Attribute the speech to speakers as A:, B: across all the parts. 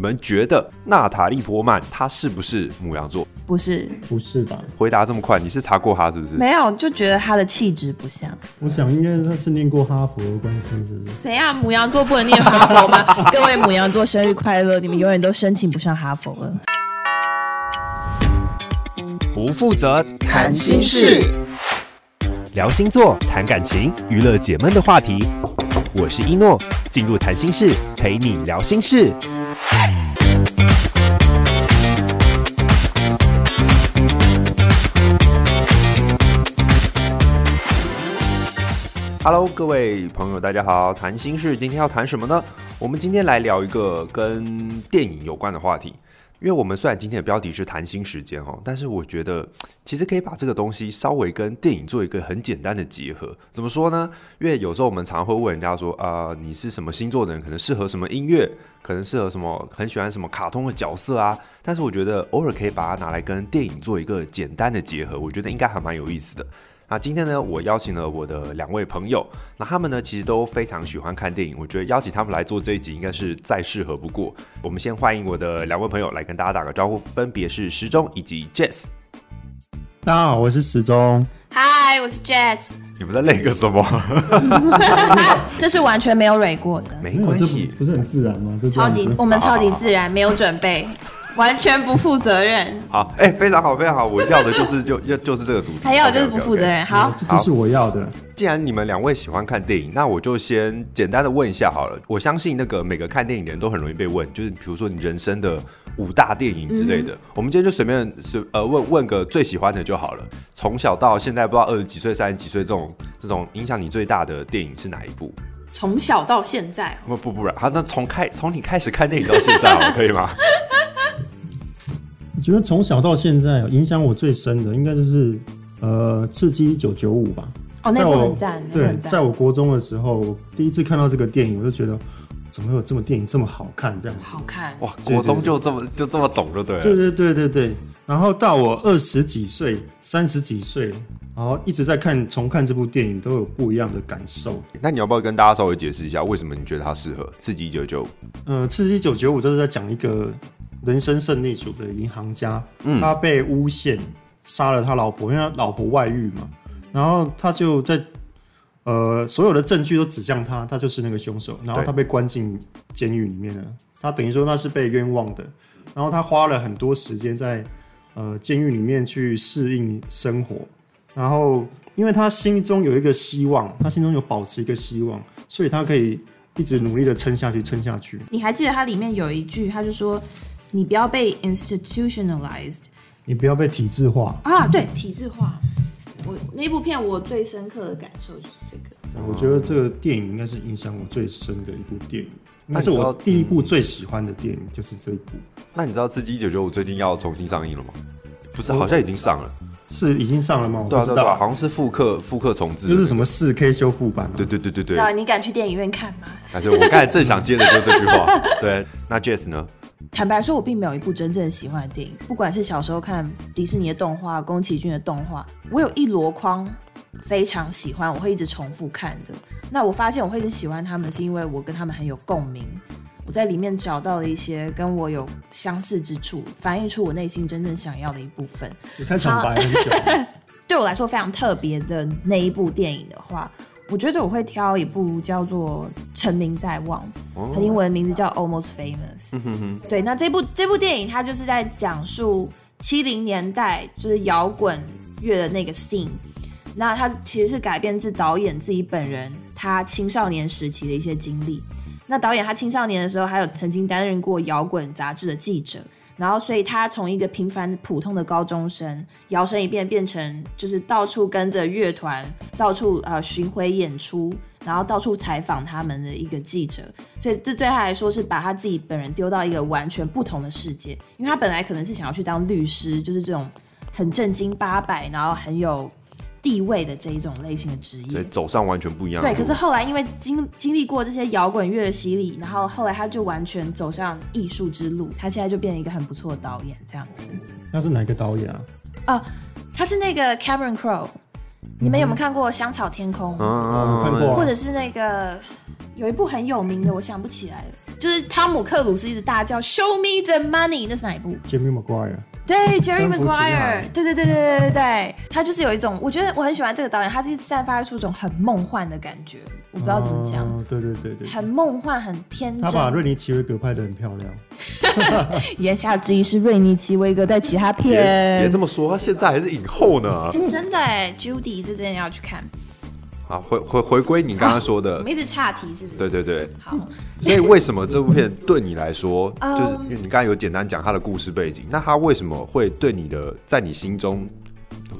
A: 们觉得娜塔莉波曼她是不是母羊座？
B: 不是，
C: 不是吧？
A: 回答这么快，你是查过她是不是？
B: 没有，就觉得他的气质不像。
C: 我想应该他是念过哈佛的关系，是不是？
B: 谁啊？母羊座不能念哈佛吗？各位母羊座生日快乐！你们永远都申请不上哈佛了。
A: 不负责
D: 谈心事，
A: 聊星座、谈感情、娱乐解闷的话题。我是一诺，进入谈心室陪你聊心事。Hello，各位朋友，大家好！谈心事今天要谈什么呢？我们今天来聊一个跟电影有关的话题。因为我们虽然今天的标题是谈心时间哦，但是我觉得其实可以把这个东西稍微跟电影做一个很简单的结合。怎么说呢？因为有时候我们常会问人家说，啊、你是什么星座的人？可能适合什么音乐？可能适合什么？很喜欢什么卡通的角色啊？但是我觉得偶尔可以把它拿来跟电影做一个简单的结合，我觉得应该还蛮有意思的。那今天呢，我邀请了我的两位朋友，那他们呢其实都非常喜欢看电影，我觉得邀请他们来做这一集应该是再适合不过。我们先欢迎我的两位朋友来跟大家打个招呼，分别是时钟以及 Jess。
C: 大家好，我是时钟。
B: 嗨，我是 Jazz，
A: 你们在累个什么？
B: 这是完全没有蕊过的，
A: 没
C: 没有，
A: 关
C: 这
A: 系
C: 不，不是很自然吗？就这
E: 超
C: 样
E: 级
C: 子，
E: 我们超级自然，没有准备，完全不负责任。
A: 好，哎、非常好，非常好，我要的就是 就就就是这个主题，
E: 还有就是不负责
A: OK，OK，OK。
E: 任。好，
C: 这就是我要的。
A: 既然你们两位喜欢看电影，那我就先简单的问一下好了。我相信那个每个看电影的人都很容易被问，就是比如说你人生的五大电影之类
E: 嗯
A: 的。我们今天就随便随呃问问个最喜欢的就好了。从小到现在，不知道二十几岁、三十几岁这种这种影响你最大的电影是哪一部？
E: 从小到现在，
A: 不不不然，好，那从开从你开始看电影到现在好了，可以吗？
C: 我觉得从小到现在影响我最深的，应该就是呃《刺激一九九五》吧。
E: 哦，那
C: 在
E: 部
C: 我
E: 很赞，那部
C: 对，
E: 很
C: 在
E: 赞。
C: 我国中的时候，我第一次看到这个电影，我就觉得怎么会有这么电影这么好看这样子？
E: 好看，
A: 哇，国中就这么就这么懂就对了。
C: 对对对对对。然后到我二十几岁、三十几岁，然后一直在看重看这部电影，都有不一样的感受。
A: 那你要不要跟大家稍微解释一下，为什么你觉得它适合《刺激一九九五》？
C: 呃，《刺激九九五》就是在讲一个人生胜利组的银行家，他被诬陷杀了他老婆，因为他老婆外遇嘛，然后他就在呃所有的证据都指向他，他就是那个凶手，然后
A: 对
C: 他被关进监狱里面了，他等于说那是被冤枉的，然后他花了很多时间在呃监狱里面去适应生活，然后因为他心中有一个希望，他心中有保持一个希望，所以他可以。一直努力的撑下去，撑下去。
E: 你还记得它里面有一句，他就说：“你不要被 institutionalized
C: 你不要被体制化。
E: 啊，对，体制化。”我那部片我最深刻的感受就是这个。
C: 我觉得这个电影应该是影响我最深的一部电影，
A: 那
C: 那
A: 你
C: 是
A: 知道
C: 我第一部最喜欢的电影，就是这一部，
A: 那你知道《刺激一九九五》最近要重新上映了吗？不是，好像已经上了。
C: 是已经上了吗？我
A: 对
C: 不
A: 啊，
C: 知
A: 对啊，好
C: 道，
A: 像是复刻复刻重置。
C: 就是什么四 K 修复版嘛。啊
A: 对对对对
E: 知，
A: 对
E: 道你敢去电影院看吗？
A: 啊，对，我刚才正想接的就是这句话。对，那 Jess 呢？
B: 坦白说，我并没有一部真正喜欢的电影，不管是小时候看迪士尼的动画、宫崎骏的动画，我有一箩筐非常喜欢，我会一直重复看的。那我发现我会一直喜欢他们，是因为我跟他们很有共鸣，我在里面找到了一些跟我有相似之处，反映出我内心真正想要的一部分。
C: 你太坦白了 很久。
B: 对我来说非常特别的那一部电影的话，我觉得我会挑一部叫做《成名在望》，它英文名字叫《Almost Famous》。对，那这部这部电影它就是在讲述七零年代就是摇滚乐的那个 scene。那它其实是改编自导演自己本人他青少年时期的一些经历。那导演他青少年的时候，还有曾经担任过摇滚杂志的记者，然后所以他从一个平凡普通的高中生，摇身一变变成就是到处跟着乐团，到处呃巡回演出，然后到处采访他们的一个记者，所以这对他来说是把他自己本人丢到一个完全不同的世界，因为他本来可能是想要去当律师，就是这种很正经八百，然后很有地位的这一种类型的职
A: 对，
B: 业。
A: 走上完全不一样的
B: 对，
A: 路。
B: 可是后来因为经经历过这些摇滚乐的洗礼，然后后来他就完全走上艺术之路，他现在就变成一个很不错的导演这样子。
C: 那是哪个导演啊？
B: 他是那个 Cameron Crowe，你们有没有看过《香草天空》
A: 嗯，
C: 我看过啊
B: 或者是那个有一部很有名的，我想不起来了，就是汤姆克鲁斯一直大叫 “Show me the money”，那是哪一部？
C: Jimmy Maguire，
B: 对，Jerry
C: 征服极海
B: Maguire，对对对对对对对，他就是有一种，我觉得我很喜欢这个导演，他就是散发出一种很梦幻的感觉，我不知道怎么讲，
C: 哦对对对对，
B: 很梦幻，很天
C: 他把
B: 真。
C: 瑞尼奇维格拍得很漂亮。
B: 言下之意是瑞尼奇维格在其他
A: 别别
B: 片
A: 这，么说，他现在还是影后呢。
B: 真的哎，Judy 是真的要去看，
A: 好，回回回归你刚刚说的
B: 我，们一直岔题是不是？
A: 对对对。
B: 好，
A: 所以为什么这部片对你来说，
B: 嗯
A: 就是因为你刚才有简单讲它的故事背景，那它为什么会对你的在你心中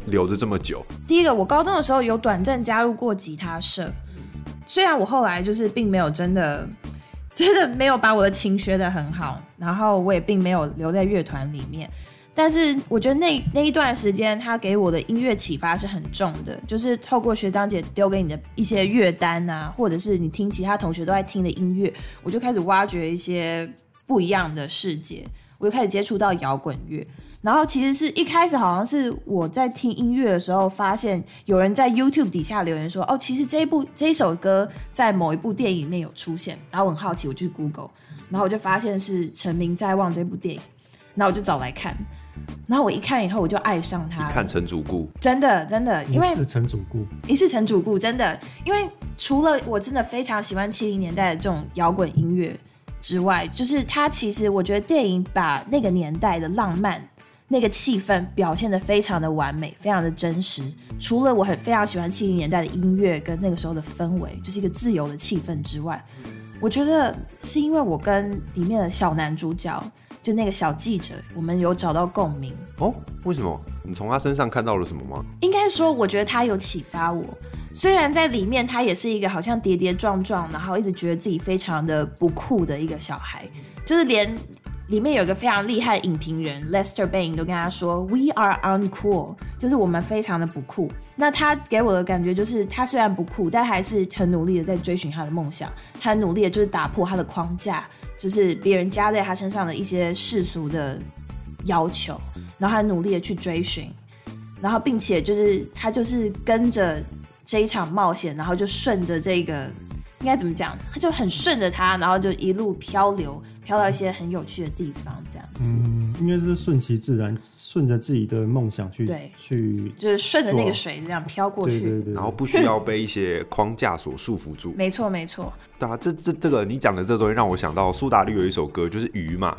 A: 留着这么久？
B: 第一个，我高中的时候有短暂加入过吉他社，虽然我后来就是并没有真的。 真的没有把我的琴学得很好，然后我也并没有留在乐团里面。但是我觉得那那一段时间，他给我的音乐启发是很重的，就是透过学长姐丢给你的一些乐单啊，或者是你听其他同学都在听的音乐，我就开始挖掘一些不一样的世界，我就开始接触到摇滚乐。然后其实是一开始好像是我在听音乐的时候，发现有人在 YouTube 底下留言说，哦，其实这一部这一首歌在某一部电影里面有出现，然后我很好奇，我去 Google，然后我就发现是《成名在望》这部电影，然后我就找来看，然后我一看以后我就爱上它
A: 看
B: 了，
A: 陈主顾，
B: 真的真的，因
C: 你
B: 为
C: 是陈主顾，
B: 一世成主顾，真的，因为除了我真的非常喜欢七零年代的这种摇滚音乐之外，就是它其实我觉得电影把那个年代的浪漫、那个气氛表现的非常的完美，非常的真实。除了我很非常喜欢七零年代的音乐跟那个时候的氛围，就是一个自由的气氛之外，我觉得是因为我跟里面的小男主角，就那个小记者，我们有找到共鸣。
A: 哦，为什么？你从他身上看到了什么吗？
B: 应该说，我觉得他有启发我。虽然在里面他也是一个好像跌跌撞撞，然后一直觉得自己非常的不酷的一个小孩，就是连里面有一个非常厉害的影评人 Lester Bain 都跟他说 “We are uncool”，就是我们非常的不酷。那他给我的感觉就是，他虽然不酷，但还是很努力的在追寻他的梦想，他很努力的就是打破他的框架，就是别人加在他身上的一些世俗的要求，然后他努力的去追寻。然后并且就是他就是跟着这一场冒险，然后就顺着这个应该怎么讲，他就很顺着他，然后就一路漂流，漂到一些很有趣的地方，这样子，
C: 嗯，应该是顺其自然，顺着自己的梦想去
B: 对
C: 去，
B: 就是顺着那个
C: 是哦
B: 水这样飘过
C: 对
B: 去。
C: 对对，
A: 然后不需要被一些框架所束缚住。
B: 没错没错，
A: 对啊，这这这个你讲的这东西让我想到苏打绿有一首歌，就是鱼嘛。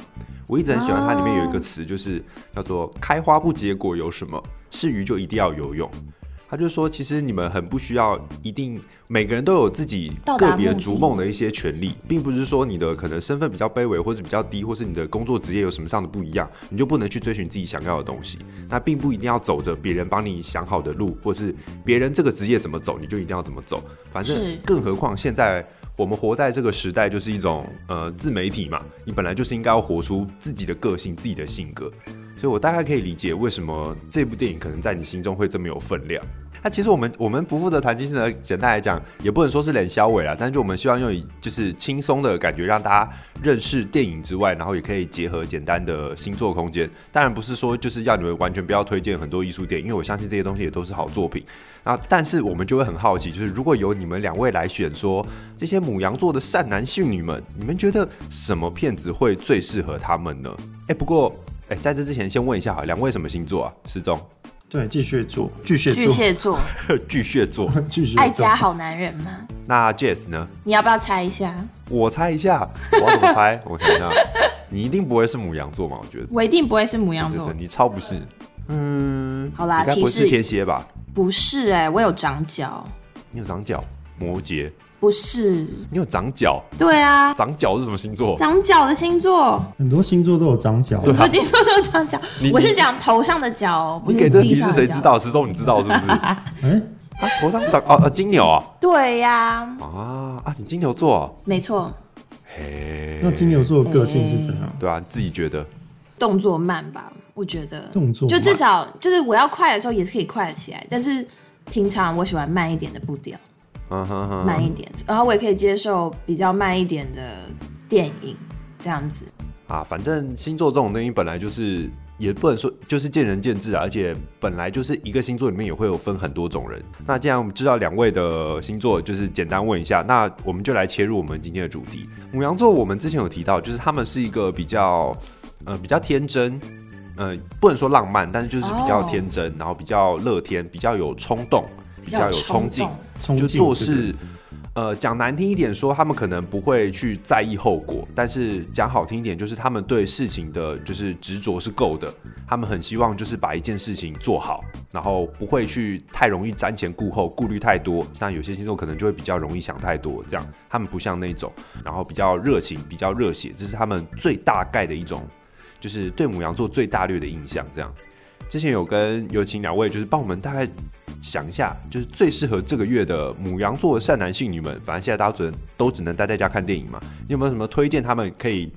A: 我一直很喜欢它里面有一个词，就是叫做“开花不结果有什么？是鱼就一定要游泳。”他就说，其实你们很不需要一定每个人都有自己
B: 到达
A: 个别
B: 目的
A: 逐梦的一些权利，并不是说你的可能身份比较卑微，或者比较低，或是你的工作职业有什么上的不一样，你就不能去追寻自己想要的东西。那并不一定要走着别人帮你想好的路，或是别人这个职业怎么走，你就一定要怎么走。反正
B: 是，
A: 更何况现在我们活在这个时代，就是一种呃自媒体嘛，你本来就是应该要活出自己的个性、自己的性格。所以我大概可以理解为什么这部电影可能在你心中会这么有分量。那其实我们我们不负责谈精神的，简单来讲，也不能说是冷消尾啦，但是我们希望用以就是轻松的感觉，让大家认识电影之外，然后也可以结合简单的星座空间。当然不是说就是要你们完全不要推荐很多艺术电影，因为我相信这些东西也都是好作品。啊，但是我们就会很好奇，就是如果由你们两位来选说这些母羊座的善男信女们，你们觉得什么片子会最适合他们呢？哎、不过。哎，在这之前先问一下哈，两位什么星座啊？失踪，
C: 对巨蟹座，巨蟹
B: 巨
C: 座，
B: 蟹座，
A: 巨蟹座。
C: 巨蟹
B: 爱
C: 座
B: 家，好男人吗？
A: 那 Jess 呢？
B: 你要不要猜一下？
A: 我猜一下，我要怎么猜？我想一下，你一定不会是母羊座嘛？我觉得，
B: 我一定不会是母羊
A: 对
B: 座
A: 对，，你超不是。嗯，
B: 好啦
A: 你该不会
B: 提
A: 是
B: 示
A: 天蝎吧？
B: 不是哎、我有长角，
A: 你有长角，摩羯，
B: 不是，
A: 你有长角，
B: 对啊，
A: 长角是什么星座？
B: 长角的星座，
C: 很多星座都有长啊角，
B: 我听说都长角
A: 啊你，
B: 我
A: 你
B: 是讲头上的角，不
A: 你
B: 是
A: 给这个
B: 地
A: 提
B: 上
A: 示
B: 的
A: 谁
B: 角
A: 知？道？失踪你知道是不是？
C: 哎，
A: 啊，头上长哦哦，金牛啊
B: 对呀、
A: 啊啊！你金牛座、哦，
B: 没错，
A: 嘿，
C: 那金牛座的个性是怎样？
A: 对啊，你自己觉得
B: 动作慢吧，我觉得
C: 动作
B: 就
C: 慢
B: 至少就是我要快的时候也是可以快得起来，但是平常我喜欢慢一点的步调，
A: 嗯哼哼，
B: 慢一点，然后我也可以接受比较慢一点的电影这样子。
A: 啊，反正星座这种东西本来就是也不能说就是见仁见智啊，而且本来就是一个星座里面也会有分很多种人。那既然我们知道两位的星座，就是简单问一下，那我们就来切入我们今天的主题。母羊座我们之前有提到，就是他们是一个比较呃比较天真。呃，不能说浪漫，但是就是比较
B: 哦
A: 天真然后比较乐天，比较有冲动，比较有冲劲，
C: 冲
A: 就
C: 劲
A: 做
C: 对
A: 事，呃，讲难听一点说，他们可能不会去在意后果，但是讲好听一点，就是他们对事情的就是执着是够的，他们很希望就是把一件事情做好，然后不会去太容易瞻前顾后，顾虑太多。像有些星座可能就会比较容易想太多，这样他们不像那种，然后比较热情、比较热血，这是他们最大概的一种，就是对母羊座最大略的印象。这样，之前有跟有请两位就是帮我们大概想一下，就是最适合这个月的母羊座的善男信女们，反正现在大家只能都只能待在家看电影嘛。你有没有什么推荐他们可以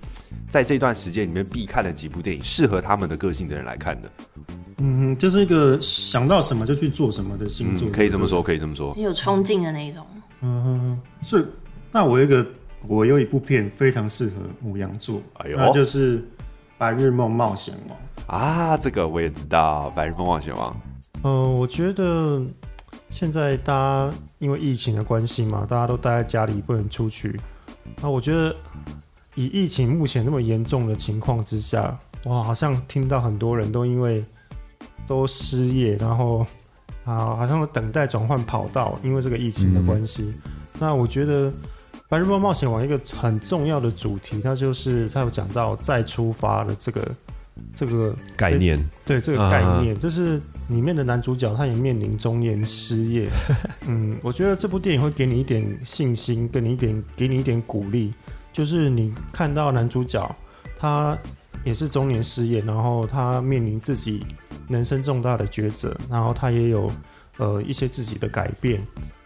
A: 在这段时间里面必看的几部电影，适合他们的个性的人来看的？
C: 嗯，就是一个想到什么就去做什么的星座，
A: 嗯，可以这么说，可以这么说。
B: 很有冲劲的那一种。
C: 所以，那我有一个，我有一部片非常适合母羊座，
A: 哎呦
C: 那就是《白日梦冒险王》。
A: 啊，这个我也知道，《白日梦冒险王》
D: 嗯、我觉得现在大家因为疫情的关系嘛，大家都待在家里不能出去。那我觉得以疫情目前那么严重的情况之下，哇，好像听到很多人都因为都失业，然后啊，好像等待转换跑道，因为这个疫情的关系。那我觉得《白日梦冒险王》一个很重要的主题，它就是它有讲到再出发的这个这个
A: 概念
D: 对这个概念，就是里面的男主角他也面临中年失业。嗯，我觉得这部电影会给你一点信心，给你一点给你一点鼓励。就是你看到男主角他也是中年失业，然后他面临自己人生重大的抉择，然后他也有呃一些自己的改变。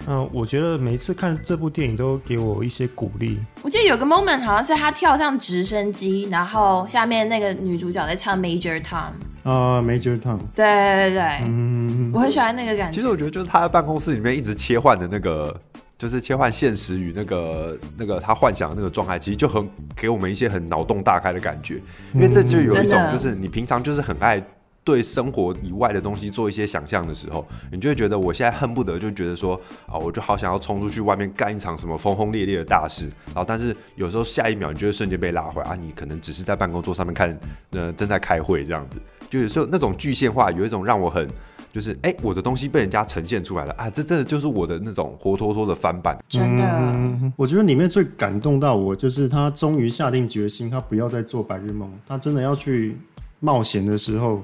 D: 那、我觉得每一次看这部电影都给我一些鼓励。
B: 我记得有个 moment 好像是他跳上直升机，然后下面那个女主角在唱 Major Tom，
C: 啊、m a j o r Tom，
B: 对对对对，
C: 嗯
B: 我很喜欢那个感
A: 其
B: 觉。
A: 实我觉得就是他在办公室里面一直切换的那个，就是切换现实与那个那个他幻想的那个状态，其实就很给我们一些很脑洞大开的感觉，因为这就有一
B: 真
A: 种
B: 的
A: 就是你平常就是很爱。对生活以外的东西做一些想象的时候，你就会觉得我现在恨不得就觉得说啊，我就好想要冲出去外面干一场什么轰轰烈烈的大事，然后但是有时候下一秒你就会瞬间被拉回来啊，你可能只是在办公桌上面看，呃，正在开会这样子，就有时候那种具现化有一种让我很就是哎、我的东西被人家呈现出来了啊，这真的就是我的那种活脱脱的翻版。
B: 真的，
C: 我觉得里面最感动到我就是他终于下定决心，他不要再做白日梦，他真的要去冒险的时候，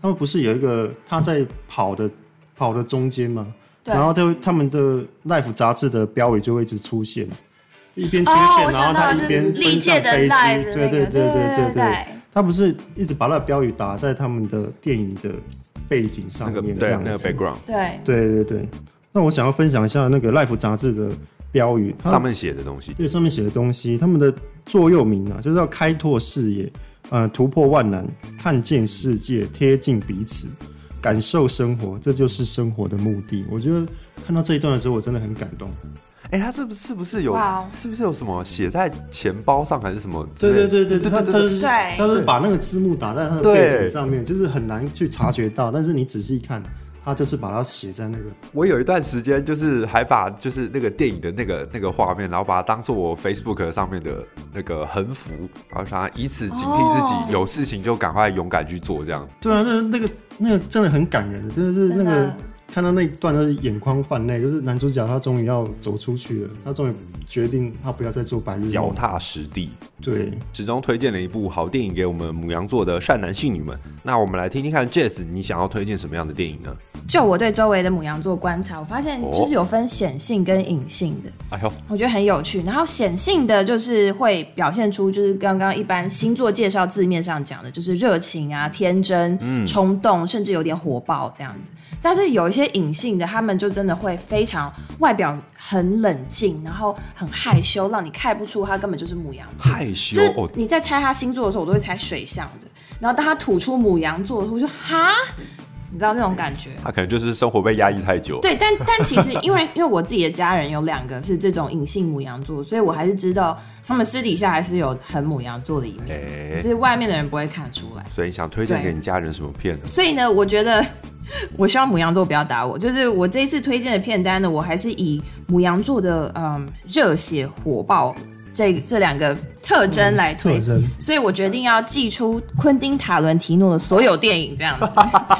C: 他们不是有一个他在跑的跑的中间吗？
B: 对
C: 然后他他们的 Life 杂志的标语就会一直出现，一边出
B: 哦，
C: 现，
B: 我
C: 然后
B: 想到
C: 他
B: 了就
C: 一
B: 是
C: 边
B: 历
C: 奔
B: 届
C: 向
B: 的
C: 飞机
B: live 的，
C: 对
B: 那
C: 对
B: 个，
C: 对
B: 对
C: 对对。
B: 对，
C: 他不是一直把那个标语打在他们的电影的背景上
A: 那个
C: 面，
A: 嗯
C: 这
A: 对啊
C: 样
A: 那个
C: 子。
A: background
B: 对
C: 对对对。那我想要分享一下那个《Life》杂志的标语，它
A: 上面写的东西，
C: 对上面写的东西，他们的座右铭啊，就是要开拓视野，呃，突破万难，看见世界，贴近彼此，感受生活，这就是生活的目的。我觉得看到这一段的时候，我真的很感动。
A: 哎、他是不是不是有
B: 哇哦
A: 是不是有什么写在钱包上还是什么之
C: 对
A: 类
C: 对
A: 的？
C: 对对对，他他是
B: 对
C: 他是把那个字幕打在他的背景上面，就是很难去察觉到，但是你仔细看，他就是把它写在那个
A: 我有一段时间就是还把就是那个电影的那个那个画面，然后把它当做我 Facebook 上面的那个横幅，然后想要以此警惕自己，
B: 哦
A: 有事情就赶快勇敢去做这样子。
C: 对啊，那那个那个真的很感人，真的是那
B: 真
C: 个
B: 的
C: 看到那一段，就是眼眶泛泪，就是男主角他终于要走出去了，他终于决定他不要再做白日
A: 脚
C: 梦。
A: 踏实地，
C: 对，
A: 始终推荐了一部好电影给我们母羊座的善男信女们。那我们来听听看，Jess，你想要推荐什么样的电影呢？
B: 就我对周围的母羊座观察，我发现就是有分显性跟隐性的，
A: 哎呦，
B: 我觉得很有趣。然后显性的就是会表现出，就是刚刚一般星座介绍字面上讲的，就是热情啊、天真、冲动，甚至有点火爆这样子。但是有一些隐性的，他们就真的会非常外表很冷静，然后很害羞，让你看不出他根本就是母羊座。
A: 害羞
B: 就是
A: 哦，
B: 你在猜他星座的时候，我都会猜水象的。然后当他吐出母羊座的时候，我就哈，你知道那种感觉。
A: 他可能就是生活被压抑太久。
B: 对，但但其实因为因为我自己的家人有两个是这种隐性母羊座，所以我还是知道他们私底下还是有很母羊座的一面，
A: 哎
B: 只，是外面的人不会看出来。
A: 所以你想推荐
B: 对
A: 给你家人什么片呢？
B: 所以呢，我觉得我希望母羊座不要打我。就是我这一次推荐的片单呢，我还是以母羊座的嗯热血火爆这这两个特征来推
C: 嗯特。征。
B: 所以我决定要寄出昆汀·塔伦提诺的所有电影，这样子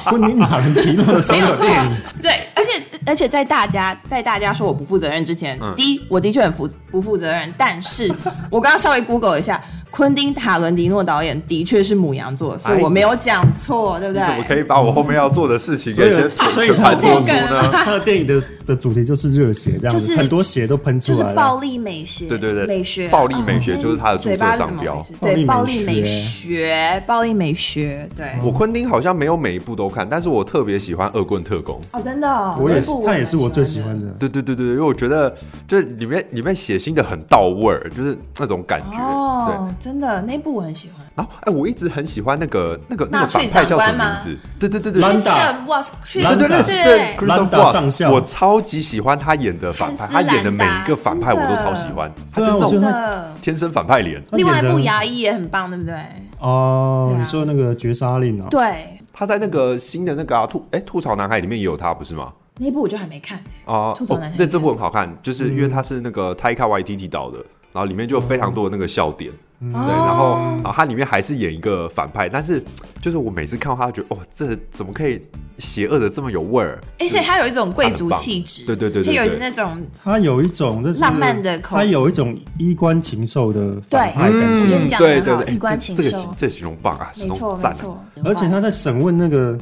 C: 昆汀马伦提诺的所
B: 没有
C: 有
B: 错
C: 电 影，。
B: 对，而且而且在大家在大家说我不负责任之前，第一我的确很负不负责任，但是我刚刚稍微 Google 一下，昆汀·塔伦提诺导演的确是母羊座，所以我没有讲错，对不对？
A: 怎么可以把我后面要做的事情
C: 所
A: 给
C: 以
A: 先
C: 所以
A: 全盘
C: 他
A: 托
C: 的
A: 出呢？
C: 他的电影的的主题就是热血，这样子，
B: 就是
C: 很多血都喷出
B: 就是
C: 来
B: 暴
C: 了。
B: 力美学，
A: 对对对
B: 美学，
A: 暴力美学
B: 哦
A: 就是它的注册商标
B: 嘴巴是怎么回事
C: 暴力美
B: 对，
C: 学
B: 暴力美学，暴力美学，对，
A: 我昆汀好像没有每一部都看，但是我特别喜欢《恶棍特工》。
B: 哦，真的哦，
C: 我也
B: 这
C: 是
B: 部，
C: 他也是我最喜欢
B: 的。
C: 的。
A: 对对对对，因为我觉得就是里面里面写新的很到位儿，就是那种感觉。对，
B: 哦，真的，那部我很喜欢。
A: 然后哎，我一直很喜欢那个那个那
B: 纳
A: 个反
B: 粹
A: 派
B: 长
A: 叫什
B: 官
A: 么名
B: 吗
A: 字？对对对对，
C: 兰
A: 对
C: 达
B: Christoph Waltz，对
C: 兰
A: 对
C: 达
A: 对
B: 对对，
A: ，Christoph
C: 兰达
A: Waltz，
C: 上校
A: 我超级喜欢他演的反派，
B: 汉斯
A: 他演的
B: 兰
A: 每
B: 达
A: 一个反派我都超喜欢，他就是那
C: 对啊
A: 种
C: 我觉
B: 真
C: 得
B: 的。
A: 天生反派脸。
C: 他
B: 另外一部
C: 演的
B: 牙医也很棒，对不对？
C: 哦，
B: 对啊
C: 你说那个绝杀令啊？
B: 对，
A: 他在那
B: 嗯
A: 个新的那个啊吐哎吐槽男孩里面也有他，不是吗？
B: 那部我就还没看。
A: 啊，
B: 吐槽
A: 哦
B: 男孩嗯
A: 对这部很好看，就是因为它是那个 Taika Waititi 导的，然后里面就有非常多的那个笑点，
B: 嗯
A: 对，然后
B: 哦
A: 然后它里面还是演一个反派，但是就是我每次看到他，觉得哦，这怎么可以邪恶的这么有味儿？
B: 而且他有一种贵族气质，
A: 对对对
B: 他
A: 对
B: 有
A: 对
B: 那种，
C: 他有一种就是
B: 浪漫的口
C: 他有一种衣冠禽兽的反派
B: 我
C: 感
B: 觉得
C: 觉，
B: 你讲
A: 对
B: 得
A: 对
B: 很好，
A: 对，
B: 衣冠
A: 这
B: 禽
A: 这个
B: 兽
A: 形，这个形容棒啊，形
B: 没
A: 容
B: 错
A: 赞
B: 没
A: 啊，
B: 错。
C: 而且他在审问那个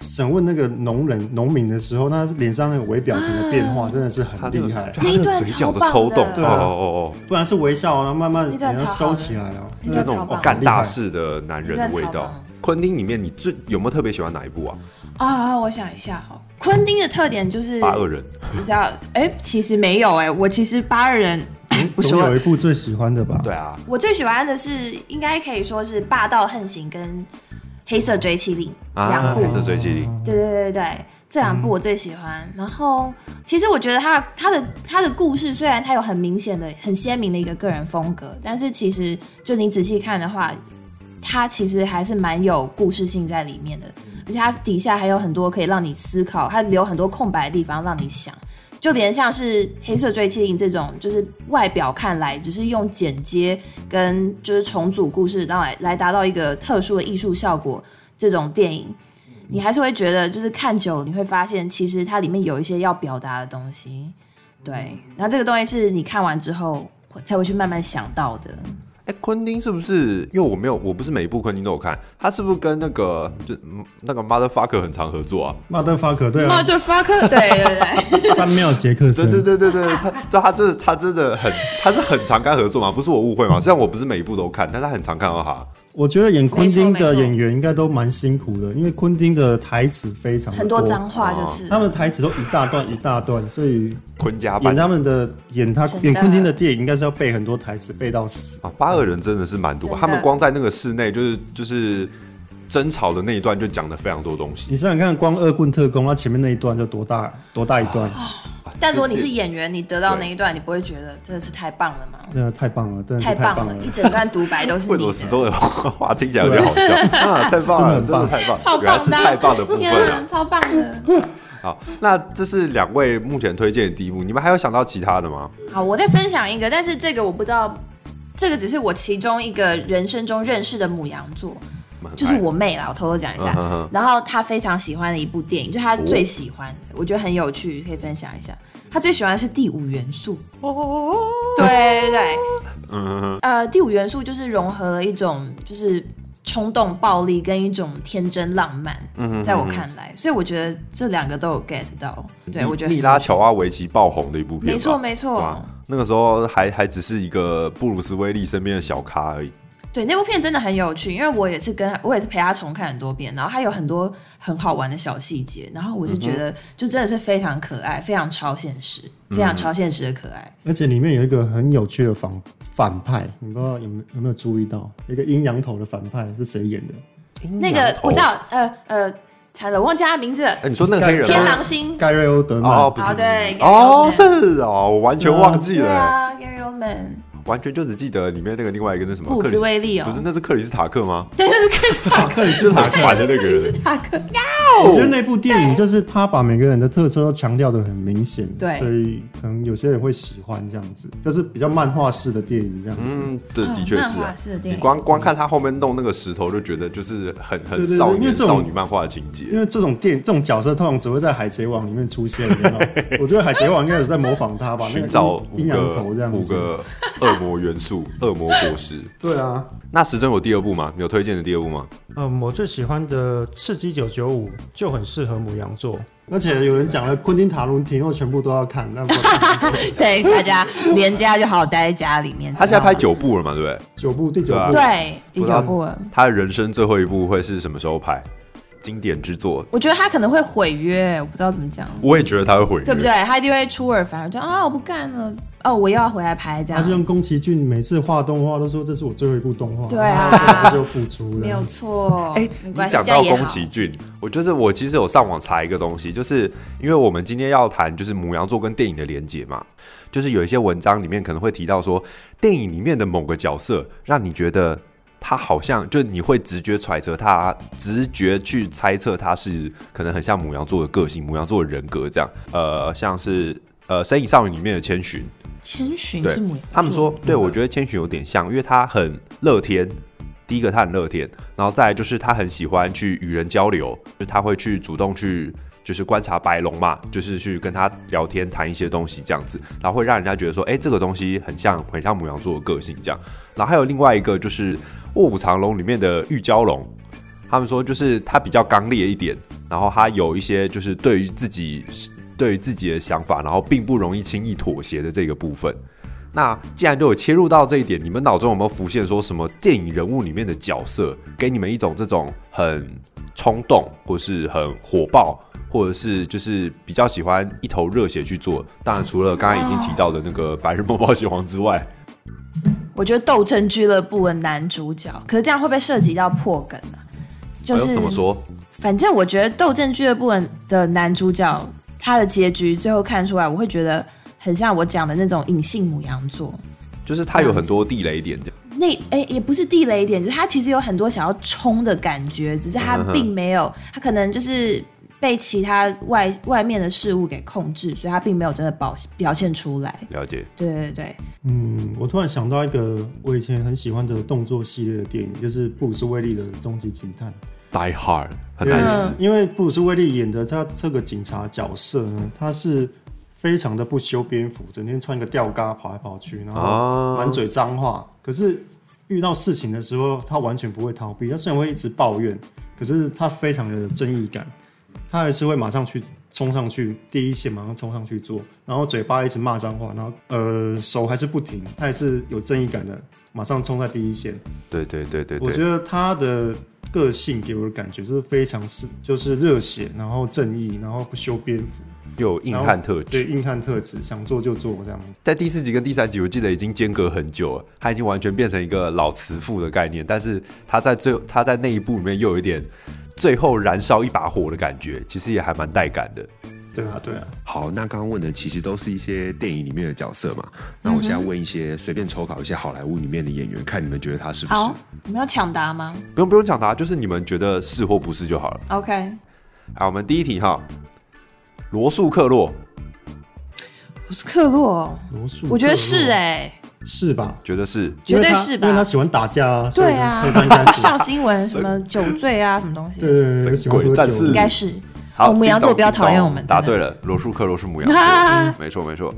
C: 审问那个农人农民的时候，他脸上那个微表情的变
B: 啊
C: 化真的是
A: 他
C: 很
A: 那个
C: 厉害，
A: 就他那
B: 那一
A: 个
B: 段
A: 嘴角的
B: 超棒
A: 抽动，
B: 的啊
A: 哦哦哦哦，
C: 不然是微笑，然后慢慢
B: 那
C: 脸
B: 段
C: 上
B: 超好
C: 收
B: 的
C: 起来啊了。
A: 那
B: 那段
A: 种
B: 超
A: 哦
B: 棒
A: 干大
C: 厉害
A: 事的男人的味
B: 那段超
A: 道
B: 棒。
A: 昆汀里面你最有没有特别喜欢哪一部啊？
B: 啊，我想一下哈，昆汀的特点就是
A: 八恶人，
B: 你知道，哎、其实没有哎、我其实八二人
A: 嗯
B: 不是
C: 总有
B: 我，
C: 一部最喜欢的吧？
A: 对啊，
B: 我最喜欢的是应该可以说是《霸道横行》跟《黑色追妻令》
A: 啊，
B: 两部
A: 黑，色追击令。
C: 嗯哦
B: 对对对对对，这两部我最喜欢。然后其实我觉得他他的他的故事虽然他有很明显的、很鲜明的一个个人风格，但是其实就你仔细看的话，它其实还是蛮有故事性在里面的，而且它底下还有很多可以让你思考，它留很多空白的地方让你想。就连像是《黑色追妻令》这种，就是外表看来只是用剪接跟就是重组故事，让来来达到一个特殊的艺术效果，这种电影，你还是会觉得就是看久了你会发现，其实它里面有一些要表达的东西。
A: 嗯
B: 对，然后这个东西是你看完之后才会去慢慢想到的。
A: 哎、昆汀是不是？因为我没有，我不是每一部昆汀都有看，他是不是跟那个就嗯那个 motherfucker 很常合作啊？
C: 马德法可对啊，
B: Motherfucker，对 对对，
C: 三秒杰克
A: 对
C: 森，
A: 对对对对，他这他这他真的很，他是很常跟他合作嘛？不是我误会嘛？虽然我不是每一部都看，但他很常看到他。
C: 我觉得演昆
B: 没
C: 汀
B: 错
C: 的
B: 没错
C: 演员应该都蛮辛苦的，因为昆汀的台词非常地
B: 很多脏，话
A: 哦
B: 就是。
C: 他们的台词都一大段一大段，所以
A: 昆家
C: 演
A: 班
C: 他们的演他
B: 真的
C: 演昆汀的电影应该是要背很多台词，背到死。
A: 啊，八个人真的是蛮多，
B: 真的
A: 他们光在那个室内就是就是争吵的那一段就讲了非常多东西。
C: 你想想看，光《恶棍特工》他前面那一段就多大多大一段，
B: 哦但如果
A: 这
B: 你是演员，你得到
A: 对
B: 那一段，你不会觉得真的是太棒了吗？
C: 真的太棒了，真的是
B: 太
C: 太
B: 棒
C: 棒
B: 了，
C: 了
B: 一。整段独白都是
A: 为什
B: 你
A: 么
B: 的。
A: 始终有话听起来有点好笑啊？太棒了，真的
C: 真的很棒
A: 太棒，
B: 超棒的啊
A: 原来是太棒的部分
B: 天
A: 啊
B: 啊！，超棒的！
A: 好，那这是两位目前推荐的第一部，你们还有想到其他的吗？
B: 好，我再分享一个，但是这个我不知道，这个只是我其中一个人生中认识的母羊座，
A: 们很
B: 就是
A: 爱
B: 我妹啦，我偷偷讲一下。
A: 嗯哦哼哼
B: 然后她非常喜欢的一部电影，就她最喜欢的，我觉得很有趣，可以分享一下。她最喜欢的是《第五元素》。
A: 哦
B: 对对对，
A: 嗯哼。
B: 呃，第五元素就是融合了一种就是冲动、暴力跟一种天真浪漫，
A: 嗯
B: 在我看来，所以我觉得这两个都有 get 到。对，我觉得
A: 密嗯拉乔阿维奇爆红的一部片吧，
B: 没错没错
A: 哇，，那个时候还还只是一个布鲁斯威利身边的小咖而已。
B: 对那部片真的很有趣，因为我也是跟我也是陪他重看很多遍，然后他有很多很好玩的小细节，然后我就
A: 嗯
B: 觉得就真的是非常可爱，非常超现实，
A: 嗯
B: 非常超现实的可爱。
C: 而且里面有一个很有趣的反反派，你不知道有没有有没有
A: 嗯
C: 注意到？有一个阴阳头的反派是谁演的？
A: 哎
B: 那个我知道，呃呃，惨了，忘记他名字了，
A: 哎，你说那个黑人
B: 天
A: 吗？
B: 狼星。
C: 盖瑞欧德曼，
A: 哦，不是
B: 啊，，对，
A: 哦，
B: Gary Oldman
A: 是哦，我完全忘记
B: 对
A: 了，
B: 啊，Gary Oldman，
A: 完全就只记得里面那个另外一个那什么
B: 布
A: 克
B: 鲁
A: 里
B: 斯
A: 斯，
B: 威利哦，
A: 不是那是克里斯塔克吗？
B: 对，那是克里斯 塔克，
C: 克里斯塔
A: 塔
C: 克。
A: 反的那个哦
B: 克里斯
A: 人，
B: 塔克，
C: 我觉得那部电影就是他把每个人的特色都强调的很明显，
B: 对
C: 所以可能有些人会喜欢这样子，这是比较漫画式的电影这样子。
A: 嗯，这的确是
B: 漫
A: 啊
B: 画。式的
A: 你
B: 电影，
A: 光光看他后面弄那个石头，就觉得就是很
C: 对
A: 很
C: 对对
A: 少
C: 因为
A: 年
C: 这种
A: 少女漫画的情
C: 因
A: 节。
C: 为这种电这种角色通常只会在《海贼王》里面出现，你知道吗 我觉得《海贼王》应该有在模仿他吧，那个
A: 寻找五
C: 阴阴阳
A: 个
C: 头这样
A: 五
C: 子。
A: 个恶魔元素、 恶魔果实。
C: 对啊，
A: 那时针有第二部吗？你有推荐的第二部吗？
D: 嗯，我最喜欢的《刺激九九五》就很适合母羊座，
C: 而且有人讲了，昆汀塔伦提诺全部都要看，那我
B: 对大家连家就好好待在家里面。
A: 他现在
B: 知道
A: 拍
B: 吗
A: 九部了嘛，对不对？
C: 九部第九
A: 对啊
C: 部，
B: 对第
A: 不知道
B: 九部了，
A: 他的人生最后一部会是什么时候拍？经典之作，
B: 我觉得他可能会毁约，我不知道怎么讲，
A: 我也觉得他会毁约，
B: 对不对？？他一定会出尔反尔，就啊我不干了，哦我又要回来拍这
C: 他是
B: 样，
C: 用宫崎骏每次画动画都说这是我最后一部动画，
B: 对啊
C: 然后他这部就复出
B: 没有
C: 了。
B: 错。
A: 哎、
B: 哦没
A: 你
B: 关系，
A: 讲
B: 这样
A: 到
B: 也
A: 宫
B: 好。
A: 崎骏，我就是我其实有上网查一个东西，就是因为我们今天要谈就是母羊座跟电影的连结嘛，就是有一些文章里面可能会提到说，电影里面的某个角色让你觉得他好像，就你会直觉揣测他，直觉去猜测他是可能很像母羊座的个性、母羊座的人格这样，呃，像是呃《身影少女》里面的千寻，
B: 千寻
A: 对
B: 是母羊座，
A: 他们说，对我觉得千寻有点像，因为他很乐天。第一个他很乐天，然后再来就是他很喜欢去与人交流，就是他会去主动去就是观察白龙嘛，就是去跟他聊天谈一些东西这样子，然后会让人家觉得说，哎、这个东西很像很像母羊座的个性这样。然后还有另外一个就是《卧虎藏龙》里面的玉娇龙，他们说就是他比较刚烈一点，然后他有一些就是对于自己对于自己的想法，然后并不容易轻易妥协的这个部分。那既然都有切入到这一点，你们脑中有没有浮现说什么电影人物里面的角色给你们一种这种很冲动，或是很火爆，或者是就是比较喜欢一头热血去做？当然，除了刚刚已经提到的那个《白日梦冒险王》之外，
B: 我觉得《斗争俱乐部》的男主角，可是这样会不会涉及到破梗啊？就
A: 哎
B: 是
A: 呦怎么说？
B: 反正我觉得《斗争俱乐部》的男主角他的结局最后看出来，我会觉得很像我讲的那种隐性母羊座。
A: 就是他有很多地雷点，
B: 那哎、也不是地雷点，就是他其实有很多想要冲的感觉，只是他
A: 嗯哼
B: 并没有，他可能就是被其他外外面的事物给控制，所以他并没有真的表表现出来。
A: 了解？
B: 对对对，
C: 嗯，我突然想到一个我以前很喜欢的动作系列的电影，就是布鲁斯威利的《终极警探》。
A: Die Hard 很
C: 因
A: 难
C: 为
A: 死，
C: 因为布鲁斯威利演的他这个警察角色呢，他是非常的不修边幅，整天穿个吊嘎跑来跑去，然后
A: 啊
C: 满嘴脏话。可是遇到事情的时候，他完全不会逃避，他虽然会一直抱怨，可是他非常的有正义感，他还是会马上去冲上去，第一线马上冲上去做，然后嘴巴一直骂脏话，然后呃手还是不停，他也是有正义感的，马上冲在第一线。
A: 对对对对
C: 我
A: 对
C: 觉。得他的个性给我的感觉就是非常是就是热血，然后正义，然后不修边幅，
A: 又有硬汉特质
C: 对，硬汉特质，想做就做这样。
A: 在第四集跟第三集，我记得已经间隔很久了，他已经完全变成一个老慈父的概念，但是他在最他在那一部里面又有一点最后燃烧一把火的感觉，其实也还蛮带感的。
C: 对啊，对啊，
F: 好，那刚刚问的其实都是一些电影里面的角色嘛。那我现在问一些随便抽考一些好莱坞里面的演员，看你们觉得他是不是
B: 好？，你们要抢答吗
A: 不用不用抢答，就是你们觉得是或不是就好了。
B: ？OK，
A: 好，我们第一题哈，罗素克洛
B: 我是克洛，哦
C: 罗素
B: 我觉得是哎、
C: 是吧？绝
A: 觉得是
B: 绝对是
C: 嗯因为他
B: 吧？
C: 喜欢打架啊，所以
B: 对啊
C: 他应该，是。
B: 上新闻什么酒醉啊，什么东西，
C: 对对对，
A: 神
C: 喜欢
A: 鬼
C: 喝
A: 战
C: 酒
A: 士
B: 应该是。
A: 好。
B: 哦母羊座
A: 叮咚
B: 不要讨厌我们
A: 叮咚答
B: 真
A: 对
B: 的
A: 了，罗素克洛是母羊座， 没错没错。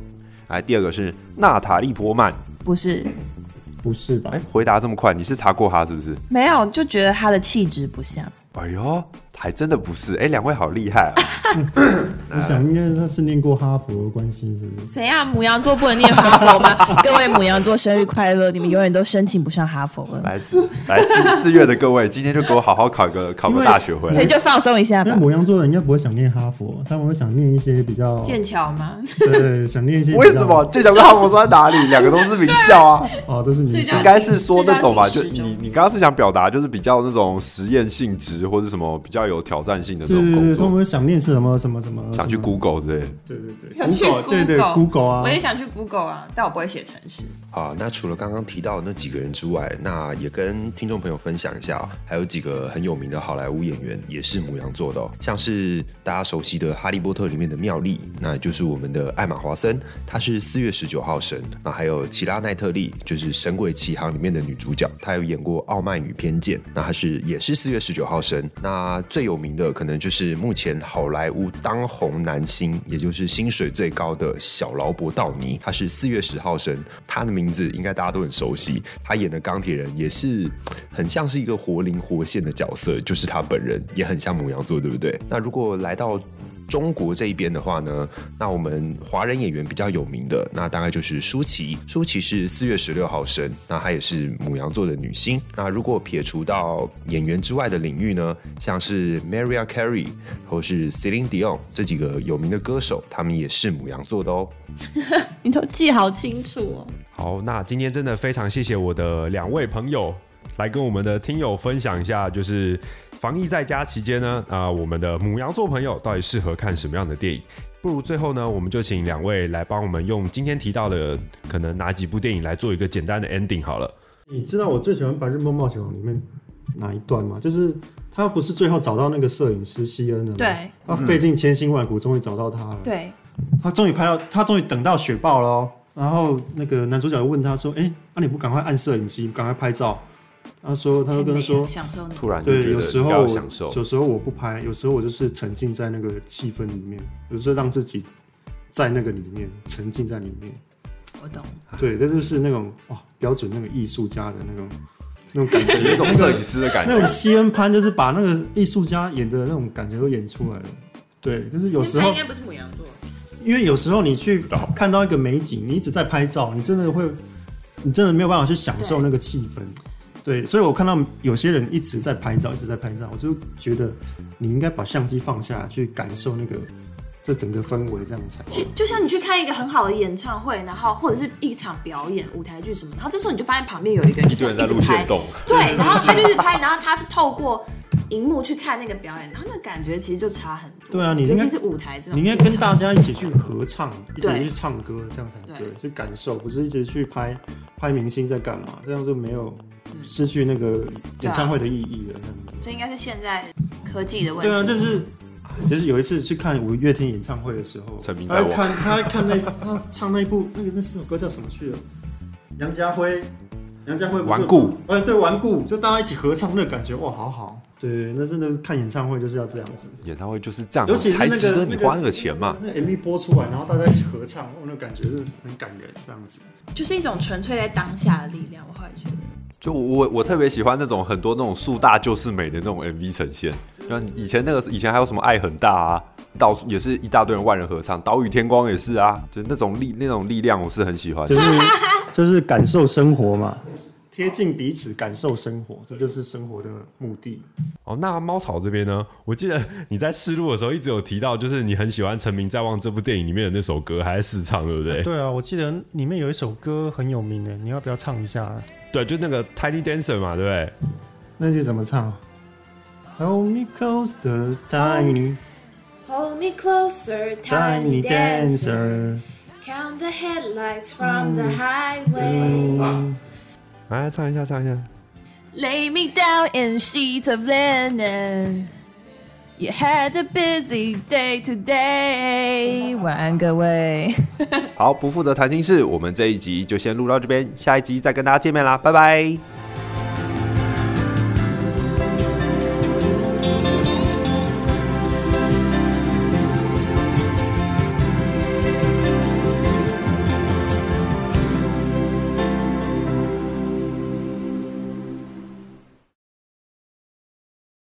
A: 来，第二个是娜塔莉波曼，
B: 不是，
C: 不是吧
A: 哎、？回答这么快，你是查过他是不是？
B: 没有，就觉得他的气质不像。
A: 哎呦，还真的不是，哎、两位好厉害啊！
C: 我想应该他是念过哈佛的关系，是不是？
B: 谁啊？母羊座不能念哈佛 吗？各位母羊座生日快乐！你们永远都申请不上哈佛了，
A: 来四来四四月的各位，今天就给我好好考个考个大学回
B: 所
A: 来。
B: 以就放松一下
C: 那
B: 吧。
C: 母羊座的应该不会想念哈佛，他们会想念一些 比较
B: 剑桥吗？
C: 对，想念一些比较
A: 为什么？这两个哈佛说在哪里？两个都是名校啊，
C: 哦，都是女
E: 最
C: 生
E: 佳
A: 应该是说那种吧？就
E: 这段情
A: 你你刚刚是想表达就是比较那种实验性质或者什么比较有挑战性的那
C: 对
A: 种
C: 对
A: 工
C: 对，他们
A: 作，
C: 会想念是什么什么什么，
A: 想去
C: 什么
A: Google 之类的。
C: 对对对
E: 想去
C: ，Google 对对
E: Google
C: Google 啊
E: 我，也想去 Google 啊，但我不会写程式。
F: 好，那除了刚刚提到的那几个人之外，那也跟听众朋友分享一下哦，还有几个很有名的好莱坞演员也是母羊座的、哦，像是大家熟悉的《哈利波特》里面的妙丽，那就是我们的艾玛华森，她是四月十九号生。那还有齐拉奈特利，就是《神鬼奇航》里面的女主角，她有演过《傲慢与偏见》，那她是也是四月十九号生。那最有名的可能就是目前好莱坞当红男星，也就是薪水最高的小劳勃·道尼，他是四月十号生，他的名字应该大家都很熟悉。他演的钢铁人也是嘖很像是一个活灵活现的角色，就是他本人也很像母羊座，对不对？ 那如果来到中国这一边的话呢，那我们华人演员比较有名的，那大概就是舒淇。舒淇是四月十六号生，那她也是母羊座的女星。那如果撇除到演员之外的领域呢，像是 Maria Carey 或是 Celine Dion 这几个有名的歌手，他们也是母羊座的哦。
G: 你都记好清楚哦。
H: 好，那今天真的非常谢谢我的两位朋友来跟我们的听友分享一下，就是防疫在家期间呢，啊、我们的母羊座朋友到底适合看什么样的电影？不如最后呢，我们就请两位来帮我们用今天提到的可能哪几部电影来做一个简单的 ending 好了。
C: 你知道我最喜欢《白日梦冒险王》里面哪一段吗？就是他不是最后找到那个摄影师西恩了吗？，
B: 对
C: 他费尽千辛万苦，终于找到他了。
B: 对，
C: 他终于拍到，他终于等到雪豹了、哦。然后那个男主角问他说：“哎、那、你不赶快按摄影机，赶快拍照？”他说：“他就跟他说，
E: 享受那
A: 突然就觉
C: 对，
A: 得
C: 有时
A: 比较
C: 候
A: 享受，
C: 有时候我不拍，有时候我就是沉浸在那个气氛里面，有时候让自己在那个里面沉浸在里面。
E: 我懂，
C: 对，这就是那种哇，标准那个艺术家的那种那种感觉，
A: 有一种摄影师的感
C: 那
A: 觉
C: 种。西恩潘就是把那个艺术家演的那种感觉都演出来了。对，就是有时
E: 他
C: 候
E: 应，该不是母羊座，
C: 因为有时候你去看到一个美景，你一直在拍照，你真的会，你真的没有办法去享受那个气氛。对，所以我看到有些人一直在拍照，一直在拍照，我就觉得你应该把相机放下，去感受那个这整个氛围，这样才好。
E: 其就像你去看一个很好的演唱会，然后或者是一场表演、舞台剧什么，然后这时候你就发现旁边有一个人就
A: 一堆人在
E: 一直
A: 路线
E: 拍，
A: 动，
E: 对，然后他就是拍，然后他是透过荧幕去看那个表演，然后那感觉其实就差很多。
C: 对啊你应
E: 尤
C: 该
E: 其是舞台这种，
C: 你应该跟大家一起去合唱，一起
E: 对
C: 去唱歌，这样才对，
E: 对
C: 去感受，不是一直去拍拍明星在干嘛，这样就没有失去那个
E: 嗯啊
C: 演唱会的意义了。这样子
E: 这应该是现在科技的问题。
C: 对啊，就是就是有一次去看五月天演唱会的时候，
A: 沉迷在
C: 他
A: 我
C: 看他看那他唱那一部那个那四首歌叫什么去了？杨家辉，杨家辉不是
A: 顽固，
C: 哎对顽固，就大家一起合唱那个感觉哇，好好。对，那真的看演唱会就是要这样子。
A: 演唱会就是这样
C: 尤其是
A: 才
C: 那个
A: 值得你花那个钱嘛。
C: 那 MV 播出来，然后大家一起合唱，我那感觉是很感人，这样 子。
E: 就是一种纯粹在当下的力量。我后来觉得，
A: 就我我特别喜欢那种很多那种树大就是美的那种 MV 呈现，像以前那个以前还有什么爱很大啊，到处也是一大堆人万人合唱，岛屿天光也是啊，就那种力那种力量我是很喜欢的。
C: 就是就是感受生活嘛，贴近彼此，感受生活，这就是生活的目的。
H: 哦，那猫草这边呢？我记得你在试录的时候一直有提到，就是你很喜欢《沉迷在望》这部电影里面的那首歌，还在试唱，对不对？
D: 对啊，我记得里面有一首歌很有名的，你要不要唱一下？啊
H: 对，就那个 Tiny Dancer 嘛，对不对？
C: 那句怎么唱？Hold me close, the tiny
B: Hold me closer,
C: tiny dancer。Mm.
B: Count the headlights from the highway.
C: 嗯
H: 来唱一下，唱一下。
B: Lay me down in sheets of linen. You had a busy day today. 晚安，各 位。
A: 好，不负责谈心事，我们这一集就先录到这边，下一集再跟大家见面啦，拜拜。